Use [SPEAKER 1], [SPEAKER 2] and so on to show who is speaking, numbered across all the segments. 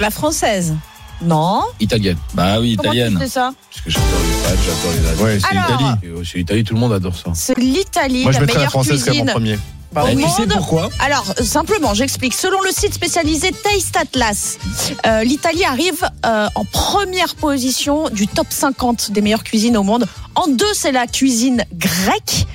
[SPEAKER 1] La française Non.
[SPEAKER 2] Italienne.
[SPEAKER 3] Bah oui,
[SPEAKER 1] Comment
[SPEAKER 3] italienne.
[SPEAKER 1] tu sais ça
[SPEAKER 3] Parce que j'adore les pâtes, j'adore les
[SPEAKER 2] Ouais, c'est
[SPEAKER 1] Alors,
[SPEAKER 2] l'Italie.
[SPEAKER 3] lasagnes. C'est l'Italie, tout le monde adore ça.
[SPEAKER 1] C'est l'Italie,
[SPEAKER 2] Moi, je
[SPEAKER 1] la
[SPEAKER 2] mettrais la
[SPEAKER 1] meilleure
[SPEAKER 2] française quand même
[SPEAKER 1] cuisine.
[SPEAKER 2] en premier.
[SPEAKER 1] au
[SPEAKER 3] Et tu sais
[SPEAKER 1] monde.
[SPEAKER 3] pourquoi
[SPEAKER 1] Alors, euh, simplement, j'explique. Selon le site spécialisé Taste Atlas, euh, l'Italie arrive euh, en première position du top 50 des meilleures cuisines au monde. En deux, c'est la cuisine grecque.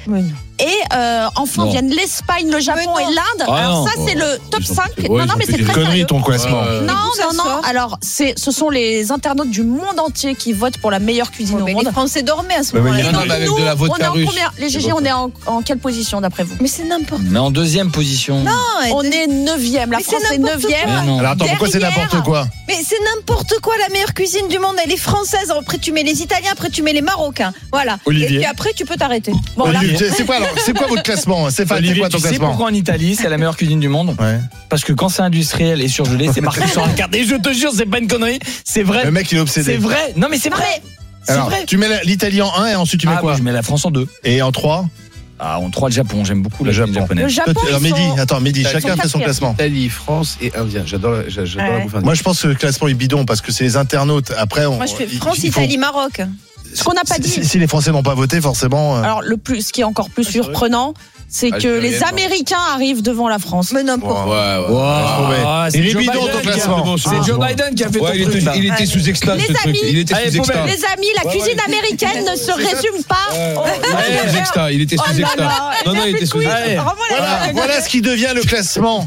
[SPEAKER 1] Et euh, enfin
[SPEAKER 3] Non.
[SPEAKER 1] viennent l'Espagne, le Japon
[SPEAKER 4] Mais non.
[SPEAKER 1] et l'Inde.
[SPEAKER 3] Ah
[SPEAKER 1] Alors
[SPEAKER 3] non.
[SPEAKER 1] ça, c'est le top
[SPEAKER 3] Ils ont
[SPEAKER 1] 5.
[SPEAKER 3] fait- ouais,
[SPEAKER 1] non,
[SPEAKER 3] ils
[SPEAKER 1] non,
[SPEAKER 3] ont
[SPEAKER 1] mais
[SPEAKER 3] fait
[SPEAKER 1] c'est
[SPEAKER 3] des
[SPEAKER 1] très
[SPEAKER 2] Connerie
[SPEAKER 1] sérieux.
[SPEAKER 2] ton classement.
[SPEAKER 5] Euh,
[SPEAKER 3] Ouais.
[SPEAKER 1] Non,
[SPEAKER 4] D'où ça
[SPEAKER 1] non, non.
[SPEAKER 4] sort
[SPEAKER 1] Alors, c'est, ce sont les internautes du monde entier qui votent pour la meilleure cuisine
[SPEAKER 4] Oh,
[SPEAKER 1] au
[SPEAKER 4] mais
[SPEAKER 1] monde.
[SPEAKER 4] les Français dormaient à ce
[SPEAKER 2] Mais oui,
[SPEAKER 4] moment-là.
[SPEAKER 1] Et
[SPEAKER 3] Non,
[SPEAKER 1] donc,
[SPEAKER 3] non, mais avec
[SPEAKER 1] nous,
[SPEAKER 3] de la
[SPEAKER 1] on est
[SPEAKER 3] vodka
[SPEAKER 1] en
[SPEAKER 3] russe.
[SPEAKER 1] première. Les GG, on est en, en quelle position d'après vous
[SPEAKER 4] Mais c'est n'importe
[SPEAKER 3] Mais en deuxième position.
[SPEAKER 4] quoi.
[SPEAKER 1] On est 9 La
[SPEAKER 4] Mais c'est
[SPEAKER 1] France est
[SPEAKER 4] n'importe
[SPEAKER 1] 9
[SPEAKER 3] Mais non.
[SPEAKER 2] Alors attends, pourquoi c'est
[SPEAKER 1] Derrière.
[SPEAKER 2] n'importe quoi
[SPEAKER 4] Mais c'est n'importe quoi la meilleure cuisine du monde. Elle est française. Après tu mets les Italiens, après tu mets les Marocains. Voilà.
[SPEAKER 2] Olivier.
[SPEAKER 4] Et puis après tu peux t'arrêter.
[SPEAKER 1] Bon, là,
[SPEAKER 2] Olivier, C'est quoi alors C'est quoi votre classement Stéphane, c'est
[SPEAKER 3] Olivier,
[SPEAKER 2] quoi ton
[SPEAKER 3] tu sais
[SPEAKER 2] classement
[SPEAKER 3] pourquoi en Italie c'est la meilleure cuisine du monde
[SPEAKER 2] Ouais.
[SPEAKER 3] Parce que quand c'est industriel et surgelé, c'est marqué sur la carte. Et je te jure, c'est pas une connerie, c'est vrai.
[SPEAKER 2] Le mec il est obsédé.
[SPEAKER 3] C'est vrai. Non mais c'est
[SPEAKER 4] Non,
[SPEAKER 3] vrai. C'est
[SPEAKER 2] Alors,
[SPEAKER 3] vrai.
[SPEAKER 2] tu mets la- l'Italie en 1 et ensuite tu mets
[SPEAKER 3] Ah,
[SPEAKER 2] quoi
[SPEAKER 3] mais je mets la France en deux.
[SPEAKER 2] Et en 3
[SPEAKER 3] Ah, en trois le Japon. J'aime beaucoup la
[SPEAKER 2] Le
[SPEAKER 3] cuisine
[SPEAKER 2] Japon.
[SPEAKER 1] le
[SPEAKER 3] japonaise.
[SPEAKER 1] Japon,
[SPEAKER 5] Euh,
[SPEAKER 2] Alors
[SPEAKER 1] ils
[SPEAKER 2] Mehdi,
[SPEAKER 1] sont-
[SPEAKER 2] attends, Mehdi,
[SPEAKER 1] Ils
[SPEAKER 2] chacun
[SPEAKER 1] sont
[SPEAKER 2] fait son
[SPEAKER 1] quatrième.
[SPEAKER 2] classement.
[SPEAKER 5] Italie, France et Indien. J'adore la, j'a- j'adore la
[SPEAKER 4] Ouais.
[SPEAKER 5] bouffe indienne.
[SPEAKER 2] Moi je pense que le classement est bidon parce que c'est les internautes. Après, on,
[SPEAKER 4] Moi je fais
[SPEAKER 2] il-
[SPEAKER 4] France,
[SPEAKER 2] il faut-
[SPEAKER 4] Italie, Maroc.
[SPEAKER 1] Ce qu'on n'a pas
[SPEAKER 2] si-
[SPEAKER 1] dit.
[SPEAKER 2] Si, si les Français n'ont pas voté, forcément. euh,
[SPEAKER 1] Alors, le plus, ce qui est encore plus surprenant, c'est que
[SPEAKER 5] Ah, Algérienne,
[SPEAKER 1] les
[SPEAKER 5] non.
[SPEAKER 1] Américains arrivent devant la France.
[SPEAKER 4] Mais n'importe
[SPEAKER 5] Ouais,
[SPEAKER 2] Oh,
[SPEAKER 5] ouais.
[SPEAKER 2] Ah,
[SPEAKER 3] c'est
[SPEAKER 2] il est
[SPEAKER 3] Joe
[SPEAKER 2] bidon
[SPEAKER 3] Biden
[SPEAKER 2] ton
[SPEAKER 3] qui a-
[SPEAKER 2] classement. Ah,
[SPEAKER 3] C'est Joe Biden qui a fait ton
[SPEAKER 5] Ouais, il,
[SPEAKER 3] truc,
[SPEAKER 5] était,
[SPEAKER 3] là.
[SPEAKER 5] il était sous extase
[SPEAKER 1] Les
[SPEAKER 5] ce truc.
[SPEAKER 1] amis.
[SPEAKER 5] Il était
[SPEAKER 3] Allez,
[SPEAKER 5] sous
[SPEAKER 3] poubelle.
[SPEAKER 5] extase.
[SPEAKER 1] Les amis, la
[SPEAKER 5] Ouais,
[SPEAKER 1] cuisine
[SPEAKER 5] ouais.
[SPEAKER 1] américaine ne se
[SPEAKER 5] C'est ça.
[SPEAKER 1] résume pas.
[SPEAKER 5] Ouais, ouais. Il était sous extase. Il était
[SPEAKER 1] Oh
[SPEAKER 5] sous
[SPEAKER 1] là
[SPEAKER 5] extase.
[SPEAKER 1] là,
[SPEAKER 5] Non, non, il était sous extase.
[SPEAKER 3] Allez.
[SPEAKER 1] Bravo, la
[SPEAKER 2] Voilà, voilà ce qui devient le classement.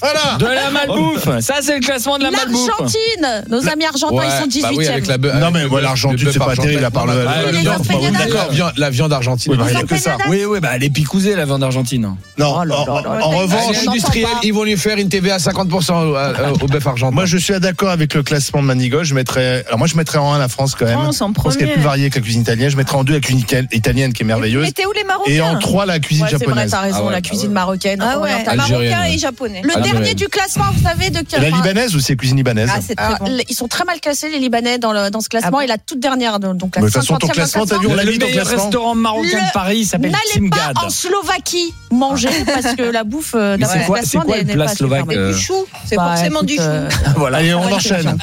[SPEAKER 2] Voilà.
[SPEAKER 3] De la
[SPEAKER 2] Oh.
[SPEAKER 3] malbouffe. Ça, c'est le classement de la malbouffe.
[SPEAKER 1] L'Argentine, nos amis argentins,
[SPEAKER 5] Ouais,
[SPEAKER 1] ils sont 18e.
[SPEAKER 5] bah oui, avec la bœuf-
[SPEAKER 2] Non
[SPEAKER 5] avec
[SPEAKER 2] mais
[SPEAKER 5] le
[SPEAKER 2] moi
[SPEAKER 5] bœuf-
[SPEAKER 2] l'Argentine
[SPEAKER 5] le
[SPEAKER 2] c'est
[SPEAKER 5] bœuf
[SPEAKER 2] pas terrible à part
[SPEAKER 5] argentin.
[SPEAKER 2] le
[SPEAKER 3] Ah,
[SPEAKER 2] la
[SPEAKER 3] les
[SPEAKER 2] viande,
[SPEAKER 1] enfants,
[SPEAKER 2] bah, oui,
[SPEAKER 1] il y en a.
[SPEAKER 2] d'accord.
[SPEAKER 5] La viande- La viande argentine.
[SPEAKER 2] Oui, bah,
[SPEAKER 5] elle est
[SPEAKER 2] rien que ça.
[SPEAKER 3] Oui, oui, bah, les picousés, la viande d'Argentine.
[SPEAKER 2] Non,
[SPEAKER 1] Oh là là
[SPEAKER 2] en-
[SPEAKER 1] là.
[SPEAKER 2] en
[SPEAKER 1] Elle est
[SPEAKER 5] Ah,
[SPEAKER 2] revanche,
[SPEAKER 5] les
[SPEAKER 1] On n'entend
[SPEAKER 5] industriels,
[SPEAKER 1] pas.
[SPEAKER 5] ils vont lui faire une TVA à 50% au, à-
[SPEAKER 2] Euh,
[SPEAKER 5] au bœuf argentin.
[SPEAKER 2] Moi, je suis d'accord avec le classement de Manigold. Je mettrais, alors moi, je mettrais en 1 la France quand même.
[SPEAKER 4] France en
[SPEAKER 2] Je pense qu'elle est
[SPEAKER 4] premier.
[SPEAKER 2] plus variée que la cuisine italienne. Je mettrais en 2 la cuisine ital- italienne qui est merveilleuse.
[SPEAKER 4] Mais t'es où les
[SPEAKER 2] Et en
[SPEAKER 4] Marocains
[SPEAKER 2] 3 la cuisine
[SPEAKER 1] Ouais, c'est vrai,
[SPEAKER 2] japonaise.
[SPEAKER 1] t'as raison,
[SPEAKER 5] Ah ouais,
[SPEAKER 1] la
[SPEAKER 5] bah
[SPEAKER 1] cuisine
[SPEAKER 5] ouais. Ah
[SPEAKER 1] marocaine.
[SPEAKER 4] Ah ouais,
[SPEAKER 1] orientale.
[SPEAKER 5] Algérienne.
[SPEAKER 4] Marocains et Japonais.
[SPEAKER 1] Le
[SPEAKER 5] Algérienne.
[SPEAKER 1] dernier du classement, vous savez de
[SPEAKER 2] Et
[SPEAKER 1] quel
[SPEAKER 2] la
[SPEAKER 1] enfin,
[SPEAKER 2] libanaise aussi, la cuisine libanaise.
[SPEAKER 4] Ah, c'est très
[SPEAKER 1] Ah,
[SPEAKER 4] bon.
[SPEAKER 1] les- Ils sont très mal classés, les Libanais, dans, le- dans ce classement.
[SPEAKER 4] Ah bon
[SPEAKER 1] et la toute dernière, donc la
[SPEAKER 2] Mais de toute façon, ton
[SPEAKER 1] 50e
[SPEAKER 2] classement, t'as vu, on l'a
[SPEAKER 3] Le
[SPEAKER 2] mis ton
[SPEAKER 3] meilleur
[SPEAKER 2] classement.
[SPEAKER 3] restaurant marocain
[SPEAKER 1] Le-
[SPEAKER 3] de Paris il s'appelle
[SPEAKER 1] N'allez pas
[SPEAKER 3] Simgad.
[SPEAKER 1] en Slovaquie manger parce que la bouffe euh,
[SPEAKER 3] Mais
[SPEAKER 1] d'après
[SPEAKER 3] c'est
[SPEAKER 1] le
[SPEAKER 3] quoi-
[SPEAKER 1] classement
[SPEAKER 3] c'est quoi
[SPEAKER 1] n'est-
[SPEAKER 3] le
[SPEAKER 1] n'est
[SPEAKER 3] plat
[SPEAKER 1] pas
[SPEAKER 3] slovaque,
[SPEAKER 1] super.
[SPEAKER 4] Mais
[SPEAKER 3] euh,
[SPEAKER 4] du chou, c'est
[SPEAKER 1] Bah,
[SPEAKER 4] forcément
[SPEAKER 1] écoute,
[SPEAKER 4] du chou.
[SPEAKER 1] euh,
[SPEAKER 5] Ah,
[SPEAKER 3] Voilà.
[SPEAKER 2] Allez, on enchaîne.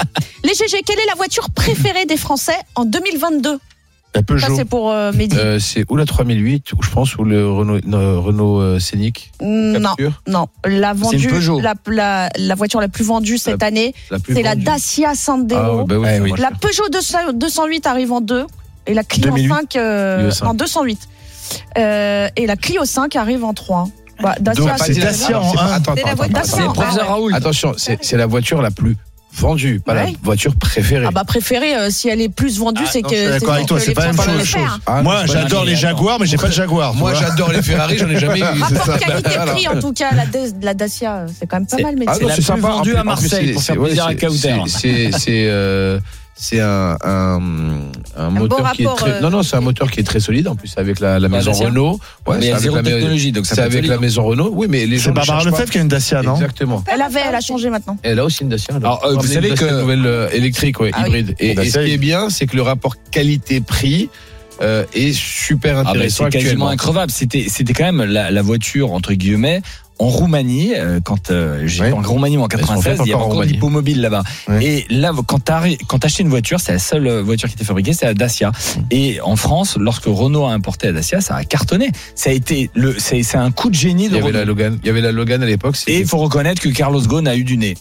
[SPEAKER 1] Les GG, quelle est la voiture préférée des Français en 2022
[SPEAKER 2] La
[SPEAKER 1] Ça,
[SPEAKER 2] Peugeot.
[SPEAKER 1] c'est pour euh, Mehdi.
[SPEAKER 5] Euh, c'est ou la 3008, ou je pense, ou le Renault, non, Renault euh, Scénic.
[SPEAKER 1] Mm, non,
[SPEAKER 5] Capture,
[SPEAKER 1] non. La, vendue,
[SPEAKER 3] Peugeot.
[SPEAKER 1] la, la- la voiture la plus vendue cette
[SPEAKER 5] La-
[SPEAKER 1] année,
[SPEAKER 5] la plus
[SPEAKER 1] c'est la
[SPEAKER 5] vendue.
[SPEAKER 1] Dacia Sandero.
[SPEAKER 5] Ah, ouais, bah oui,
[SPEAKER 2] Eh
[SPEAKER 5] c'est
[SPEAKER 2] oui.
[SPEAKER 5] moins
[SPEAKER 1] La
[SPEAKER 5] cher.
[SPEAKER 1] Peugeot 200 208 arrive en 2 et la Clio
[SPEAKER 2] 2008.
[SPEAKER 1] 5 euh,
[SPEAKER 5] Clio 5.
[SPEAKER 1] en 208. Euh, et la Clio 5 arrive en 3. Bah,
[SPEAKER 2] Donc,
[SPEAKER 1] Dacia,
[SPEAKER 2] c'est
[SPEAKER 1] c'est-
[SPEAKER 2] Dacia en
[SPEAKER 5] C'est pas-
[SPEAKER 2] 1.
[SPEAKER 5] attends,
[SPEAKER 4] C'est la
[SPEAKER 5] attends,
[SPEAKER 4] voiture.
[SPEAKER 5] attends,
[SPEAKER 3] C'est
[SPEAKER 1] Ah,
[SPEAKER 3] le
[SPEAKER 5] attends.
[SPEAKER 3] professeur
[SPEAKER 1] ouais.
[SPEAKER 3] Raoul.
[SPEAKER 5] Attention, c'est c'est la voiture la plus vendue, pas
[SPEAKER 1] Ouais.
[SPEAKER 5] la voiture préférée.
[SPEAKER 1] Ah bah préférée, euh, si elle est plus vendue,
[SPEAKER 5] Ah,
[SPEAKER 1] c'est
[SPEAKER 5] non,
[SPEAKER 1] que
[SPEAKER 2] je suis d'accord
[SPEAKER 1] pour
[SPEAKER 2] avec toi,
[SPEAKER 1] que
[SPEAKER 2] c'est
[SPEAKER 1] les
[SPEAKER 2] pas la même
[SPEAKER 1] Français
[SPEAKER 2] chose.
[SPEAKER 1] le fassent.
[SPEAKER 5] Ah, non,
[SPEAKER 2] Moi,
[SPEAKER 5] c'est pas
[SPEAKER 2] j'adore
[SPEAKER 5] une
[SPEAKER 2] les
[SPEAKER 5] idée, attends.
[SPEAKER 2] Jaguars, mais j'ai pas de Jaguar. tu
[SPEAKER 5] Moi,
[SPEAKER 2] vois.
[SPEAKER 5] j'adore les Ferrari, j'en ai jamais eu.
[SPEAKER 1] Rapport qualité-prix, en tout cas, la, Des- la Dacia, euh, c'est quand même pas
[SPEAKER 3] C'est-
[SPEAKER 1] mal. Mais
[SPEAKER 3] Ah,
[SPEAKER 5] non,
[SPEAKER 3] la
[SPEAKER 5] c'est
[SPEAKER 3] plus
[SPEAKER 5] sympa. En
[SPEAKER 3] vendue
[SPEAKER 5] plus-
[SPEAKER 3] à
[SPEAKER 5] en plus,
[SPEAKER 3] Marseille,
[SPEAKER 5] c'est-
[SPEAKER 3] pour faire
[SPEAKER 5] c'est- ouais,
[SPEAKER 3] plaisir à
[SPEAKER 5] c'est-
[SPEAKER 3] Kauter.
[SPEAKER 5] c'est- C'est c'est, euh, c'est un, un, un moteur
[SPEAKER 4] bon
[SPEAKER 5] qui est
[SPEAKER 4] rapport,
[SPEAKER 5] très.
[SPEAKER 4] euh,
[SPEAKER 5] Non, non, c'est un moteur qui est très solide en plus avec la, la
[SPEAKER 3] Bah,
[SPEAKER 5] maison
[SPEAKER 3] Dacia.
[SPEAKER 5] Renault. Ouais,
[SPEAKER 3] Mais il y
[SPEAKER 5] c'est
[SPEAKER 3] a
[SPEAKER 5] avec
[SPEAKER 3] zéro
[SPEAKER 5] la-
[SPEAKER 3] technologie, donc ça
[SPEAKER 5] C'est
[SPEAKER 3] peut être
[SPEAKER 5] avec la
[SPEAKER 3] solide.
[SPEAKER 5] maison Renault. Oui, mais les gens.
[SPEAKER 2] C'est
[SPEAKER 5] ne
[SPEAKER 2] Barbara
[SPEAKER 5] cherchent
[SPEAKER 2] Lefebvre qui a une Dacia,
[SPEAKER 5] pas.
[SPEAKER 2] non
[SPEAKER 5] Exactement.
[SPEAKER 1] Elle avait, elle a changé maintenant.
[SPEAKER 5] Elle a aussi une Dacia. elle a
[SPEAKER 3] Alors, euh, vous
[SPEAKER 5] ramené
[SPEAKER 3] savez
[SPEAKER 5] une Dacia
[SPEAKER 3] que-
[SPEAKER 5] nouvelle euh, électrique, ouais,
[SPEAKER 1] Ah oui.
[SPEAKER 5] hybride. Et,
[SPEAKER 2] Bon, bah,
[SPEAKER 5] et ce
[SPEAKER 2] ça y
[SPEAKER 5] qui
[SPEAKER 2] est.
[SPEAKER 5] est bien, c'est que le rapport qualité-prix euh, est super
[SPEAKER 3] Ah ben,
[SPEAKER 5] intéressant
[SPEAKER 3] c'est quasiment
[SPEAKER 5] actuellement.
[SPEAKER 3] increvable. C'était, c'était quand même la, la voiture entre guillemets en Roumanie euh, quand euh, j'étais
[SPEAKER 2] Ouais.
[SPEAKER 3] en Roumanie en
[SPEAKER 5] Est-ce qu'on
[SPEAKER 3] 96.
[SPEAKER 5] fait
[SPEAKER 3] Il y avait
[SPEAKER 5] encore en
[SPEAKER 3] encore
[SPEAKER 5] Roumanie
[SPEAKER 3] l'hippomobile là-bas.
[SPEAKER 2] Ouais.
[SPEAKER 3] Et là, quand t'arri- quand t'achetais une voiture, c'est la seule euh, voiture qui était fabriquée, c'est la Dacia.
[SPEAKER 5] Mm.
[SPEAKER 3] Et en France, lorsque Renault a importé la Dacia, ça a cartonné. Ça a été le, c'est, c'est un coup de génie
[SPEAKER 5] Il
[SPEAKER 3] de
[SPEAKER 5] y avait la
[SPEAKER 3] Renault.
[SPEAKER 5] Logan. Il y avait la Logan à l'époque. c'était-
[SPEAKER 3] Et il faut reconnaître que Carlos Ghosn a eu du nez.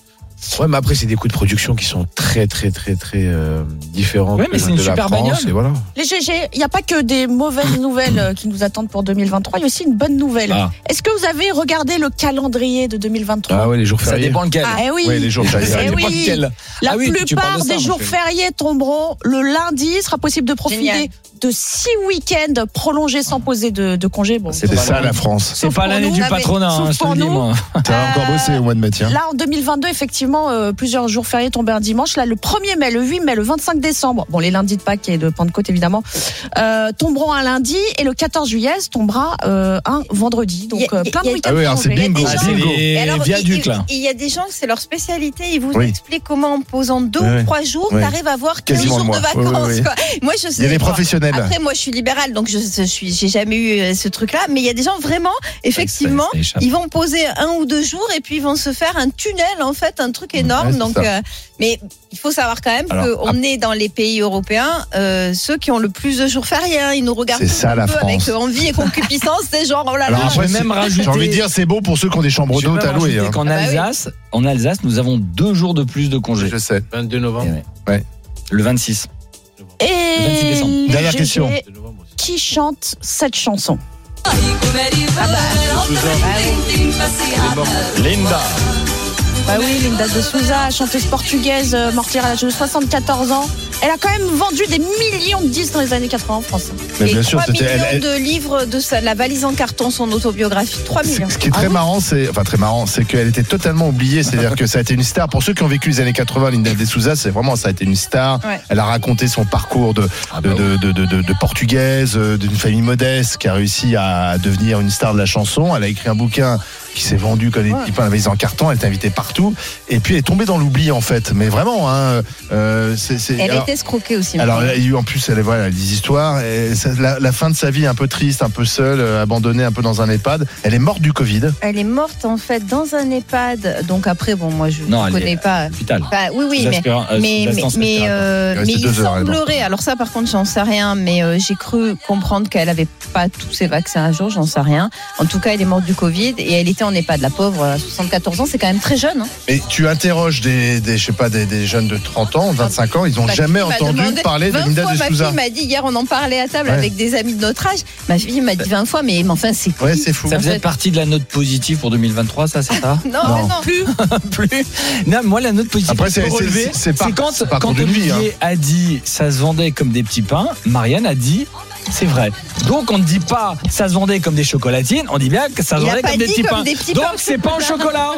[SPEAKER 5] Ouais, mais après, c'est des coûts de production qui sont très, très, très, très euh, différents.
[SPEAKER 3] Ouais,
[SPEAKER 5] que
[SPEAKER 3] mais c'est
[SPEAKER 5] de
[SPEAKER 3] une
[SPEAKER 5] la
[SPEAKER 3] super
[SPEAKER 5] France,
[SPEAKER 3] bagnole.
[SPEAKER 5] Et voilà.
[SPEAKER 1] Les GG, il n'y a pas que des mauvaises nouvelles euh, qui nous attendent pour 2023, il y a aussi une bonne nouvelle.
[SPEAKER 3] Ah.
[SPEAKER 1] Est-ce que vous avez regardé le calendrier de 2023
[SPEAKER 5] Ah ouais, les jours
[SPEAKER 3] Ça
[SPEAKER 5] fériés.
[SPEAKER 3] dépend lequel.
[SPEAKER 1] Ah, eh oui,
[SPEAKER 2] Oui, les jours.
[SPEAKER 3] Ça
[SPEAKER 1] Eh
[SPEAKER 3] dépend
[SPEAKER 1] oui.
[SPEAKER 3] lequel.
[SPEAKER 1] La
[SPEAKER 3] Ah oui, tu parles
[SPEAKER 1] plupart
[SPEAKER 3] de ça,
[SPEAKER 1] des
[SPEAKER 3] mon
[SPEAKER 1] jours
[SPEAKER 3] chéri.
[SPEAKER 1] fériés tomberont le lundi. Il sera possible de profiter
[SPEAKER 4] Génial.
[SPEAKER 1] de six weeks-ends prolongés sans poser de, de congé. Bon,
[SPEAKER 3] C'est
[SPEAKER 2] C'est
[SPEAKER 3] pas
[SPEAKER 2] ça
[SPEAKER 3] loin.
[SPEAKER 2] la France.
[SPEAKER 3] C'est
[SPEAKER 1] Sauf
[SPEAKER 3] pas
[SPEAKER 1] pour
[SPEAKER 3] l'année
[SPEAKER 1] nous.
[SPEAKER 3] du
[SPEAKER 1] Ah, mais
[SPEAKER 3] patronat,
[SPEAKER 1] sauf
[SPEAKER 3] hein, je te
[SPEAKER 1] pour
[SPEAKER 3] le dis
[SPEAKER 1] nous.
[SPEAKER 3] moi.
[SPEAKER 2] Ça va encore bosser au mois de mai, tiens.
[SPEAKER 1] Là, en 2022, effectivement, euh, plusieurs jours fériés tombaient un dimanche. Là, le 1er mai, le 8 mai, le 25 décembre, bon, les lundis de Pâques et de Pentecôte, évidemment, euh, tomberont un lundi. Et le 14 juillet tombera euh, un vendredi. Donc,
[SPEAKER 4] Y a-
[SPEAKER 1] euh, plein
[SPEAKER 4] y
[SPEAKER 1] de
[SPEAKER 4] a-
[SPEAKER 1] week-ends.
[SPEAKER 2] Ah oui, alors c'est
[SPEAKER 1] prolongés.
[SPEAKER 2] bingo.
[SPEAKER 4] Ah,
[SPEAKER 2] bingo.
[SPEAKER 4] Et
[SPEAKER 3] les
[SPEAKER 4] alors,
[SPEAKER 3] viaducs
[SPEAKER 4] il,
[SPEAKER 3] là.
[SPEAKER 4] il- il y a des gens que c'est leur spécialité. Ils vous
[SPEAKER 2] Oui.
[SPEAKER 4] expliquent comment en posant deux
[SPEAKER 2] Ouais.
[SPEAKER 4] ou trois jours,
[SPEAKER 2] Ouais.
[SPEAKER 4] t'arrives à avoir 15
[SPEAKER 2] Quasiment
[SPEAKER 4] jours
[SPEAKER 2] moi.
[SPEAKER 4] de
[SPEAKER 2] Ouais,
[SPEAKER 4] vacances.
[SPEAKER 2] ouais, ouais.
[SPEAKER 4] quoi. Moi, je sais.
[SPEAKER 2] Il y a des
[SPEAKER 4] quoi.
[SPEAKER 2] professionnels.
[SPEAKER 4] Après, moi, je suis libérale, donc je, je suis, j'ai jamais eu euh, ce truc-là. Mais il y a des gens vraiment, effectivement,
[SPEAKER 3] Ça- ça échappe.
[SPEAKER 4] ils vont poser un ou deux jours et puis ils vont se faire un tunnel, en fait, un truc énorme.
[SPEAKER 2] Ouais, c'est
[SPEAKER 4] donc,
[SPEAKER 2] ça.
[SPEAKER 4] euh, mais il faut savoir quand même
[SPEAKER 2] Alors,
[SPEAKER 4] qu'on est dans les pays européens euh, ceux qui ont le plus de jours fériés. hein. Ils nous regardent
[SPEAKER 2] C'est
[SPEAKER 4] tous
[SPEAKER 2] ça,
[SPEAKER 4] un
[SPEAKER 2] la
[SPEAKER 4] peu
[SPEAKER 2] France.
[SPEAKER 4] avec envie et concupiscence. C'est genre oh là
[SPEAKER 2] Alors,
[SPEAKER 4] là.
[SPEAKER 2] après,
[SPEAKER 3] je vais
[SPEAKER 2] c'est-
[SPEAKER 3] même rajouter.
[SPEAKER 2] J'ai envie de dire, c'est beau pour ceux qui ont des chambres
[SPEAKER 3] je vais
[SPEAKER 2] d'hôtes à
[SPEAKER 3] même
[SPEAKER 2] louer.
[SPEAKER 3] rajouter
[SPEAKER 2] hein.
[SPEAKER 3] qu'en
[SPEAKER 4] Ah bah oui.
[SPEAKER 3] Alsace, en Alsace, nous avons deux jours de plus de congés.
[SPEAKER 2] Je sais.
[SPEAKER 5] 22 novembre.
[SPEAKER 3] Le 26.
[SPEAKER 1] Et
[SPEAKER 3] décembre.
[SPEAKER 1] le
[SPEAKER 2] Dernière
[SPEAKER 1] GG,
[SPEAKER 2] question.
[SPEAKER 3] Eh.
[SPEAKER 1] Qui chante cette chanson
[SPEAKER 3] Linda.
[SPEAKER 1] Bah oui, Linda de Souza, chanteuse portugaise, euh, mortire à l'âge de 74 ans. Elle a quand même vendu des millions de disques dans les années 80 en France.
[SPEAKER 2] Mais
[SPEAKER 4] et
[SPEAKER 2] bien sûr,
[SPEAKER 4] 3
[SPEAKER 2] c'était.
[SPEAKER 4] millions
[SPEAKER 2] elle- elle-
[SPEAKER 4] de livres de sa- la valise en carton, son autobiographie. 3 millions.
[SPEAKER 2] Ce qui est très marrant, c'est enfin très marrant, c'est qu'elle était totalement oubliée. C'est-à-dire que ça a été une star pour ceux qui ont vécu les années 80. Linda de Souza, c'est vraiment ça a été une star.
[SPEAKER 4] Ouais.
[SPEAKER 2] Elle a raconté son parcours de
[SPEAKER 3] Ah bah
[SPEAKER 2] de, de, de, de- de portugaise, euh, d'une famille modeste qui a réussi à devenir une star de la chanson. Elle a écrit un bouquin qui s'est vendu comme des petits pains à la valise en carton. Elle était invitée partout. Et puis elle est tombée dans l'oubli en fait. Mais vraiment, hein, euh, c'est. c'est-
[SPEAKER 4] Elle
[SPEAKER 2] alors-
[SPEAKER 4] était escroquée aussi.
[SPEAKER 2] alors, il y a eu en plus, elle, voilà, des histoires. Et ça- la, la fin de sa vie, un peu triste, un peu seule, euh, abandonnée, un peu dans un EHPAD. Elle est morte du Covid.
[SPEAKER 4] Elle est morte en fait dans un EHPAD. Donc après, bon, moi je
[SPEAKER 3] Non,
[SPEAKER 4] ne
[SPEAKER 3] elle
[SPEAKER 4] connais
[SPEAKER 3] est-
[SPEAKER 4] pas.
[SPEAKER 3] Hôpital.
[SPEAKER 4] Enfin, oui, oui, mais.
[SPEAKER 3] D'aspirant- euh,
[SPEAKER 4] Mais, mais,
[SPEAKER 3] d'assistance
[SPEAKER 4] mais,
[SPEAKER 3] respiratoire.
[SPEAKER 2] Il
[SPEAKER 4] euh,
[SPEAKER 2] est resté
[SPEAKER 4] mais il
[SPEAKER 2] deux heures, hein, elle est morte.
[SPEAKER 4] semblerait, alors ça par contre j'en sais rien, mais euh, j'ai cru comprendre qu'elle avait pas tous ses vaccins à jour, j'en sais rien. En tout cas, elle est morte du Covid et elle était en EHPAD. La pauvre, à 74 ans, c'est quand même très jeune. hein.
[SPEAKER 2] Mais tu interroges des, des je sais pas, des, des jeunes de 30 ans, 25 ans, ils n'ont
[SPEAKER 4] Ma
[SPEAKER 2] jamais
[SPEAKER 4] fille m'a
[SPEAKER 2] entendu
[SPEAKER 4] Bah, demandé-
[SPEAKER 2] parler de
[SPEAKER 4] 20
[SPEAKER 2] Linda
[SPEAKER 4] fois,
[SPEAKER 2] de
[SPEAKER 4] ma
[SPEAKER 2] Souza.
[SPEAKER 4] fille m'a dit, hier on en parlait à table
[SPEAKER 2] Ouais.
[SPEAKER 4] avec des amis de notre âge, ma fille m'a dit 20 fois, mais, mais enfin c'est...
[SPEAKER 2] Ouais, c'est fou.
[SPEAKER 3] Ça
[SPEAKER 4] En
[SPEAKER 3] faisait
[SPEAKER 4] fait-
[SPEAKER 3] partie de la note positive pour 2023, ça, c'est ça
[SPEAKER 4] Non,
[SPEAKER 2] Non.
[SPEAKER 4] mais non.
[SPEAKER 3] plus. plus. Non, moi, la note positive,
[SPEAKER 2] Après,
[SPEAKER 3] je peux
[SPEAKER 2] c'est- c'est-
[SPEAKER 3] relever,
[SPEAKER 2] c'est- c'est pas-
[SPEAKER 3] quand,
[SPEAKER 2] c'est pas
[SPEAKER 3] quand
[SPEAKER 2] pour une vie, hein.
[SPEAKER 3] Olivier a dit ça se vendait comme des petits pains, Marianne a dit c'est vrai. Donc, on ne dit pas ça se vendait comme des chocolatines, on dit bien que ça se
[SPEAKER 4] Il a
[SPEAKER 3] vendait
[SPEAKER 4] pas
[SPEAKER 3] comme des
[SPEAKER 4] dit
[SPEAKER 3] petits
[SPEAKER 4] comme
[SPEAKER 3] pains.
[SPEAKER 4] des petits
[SPEAKER 3] Donc,
[SPEAKER 4] pains au
[SPEAKER 3] c'est pas au chocolat.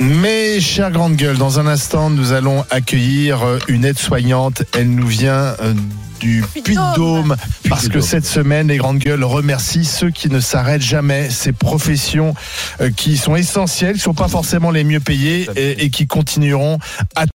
[SPEAKER 2] Mes chères grandes gueules, dans un instant, nous allons accueillir euh, une aide-soignante. Elle nous vient euh, du Puy-de-Dôme parce que
[SPEAKER 5] Puy-de-Dôme.
[SPEAKER 2] cette semaine, les grandes gueules remercient ceux qui ne s'arrêtent jamais, ces professions euh, qui sont essentielles, qui ne sont pas forcément les mieux payées et, et qui continueront à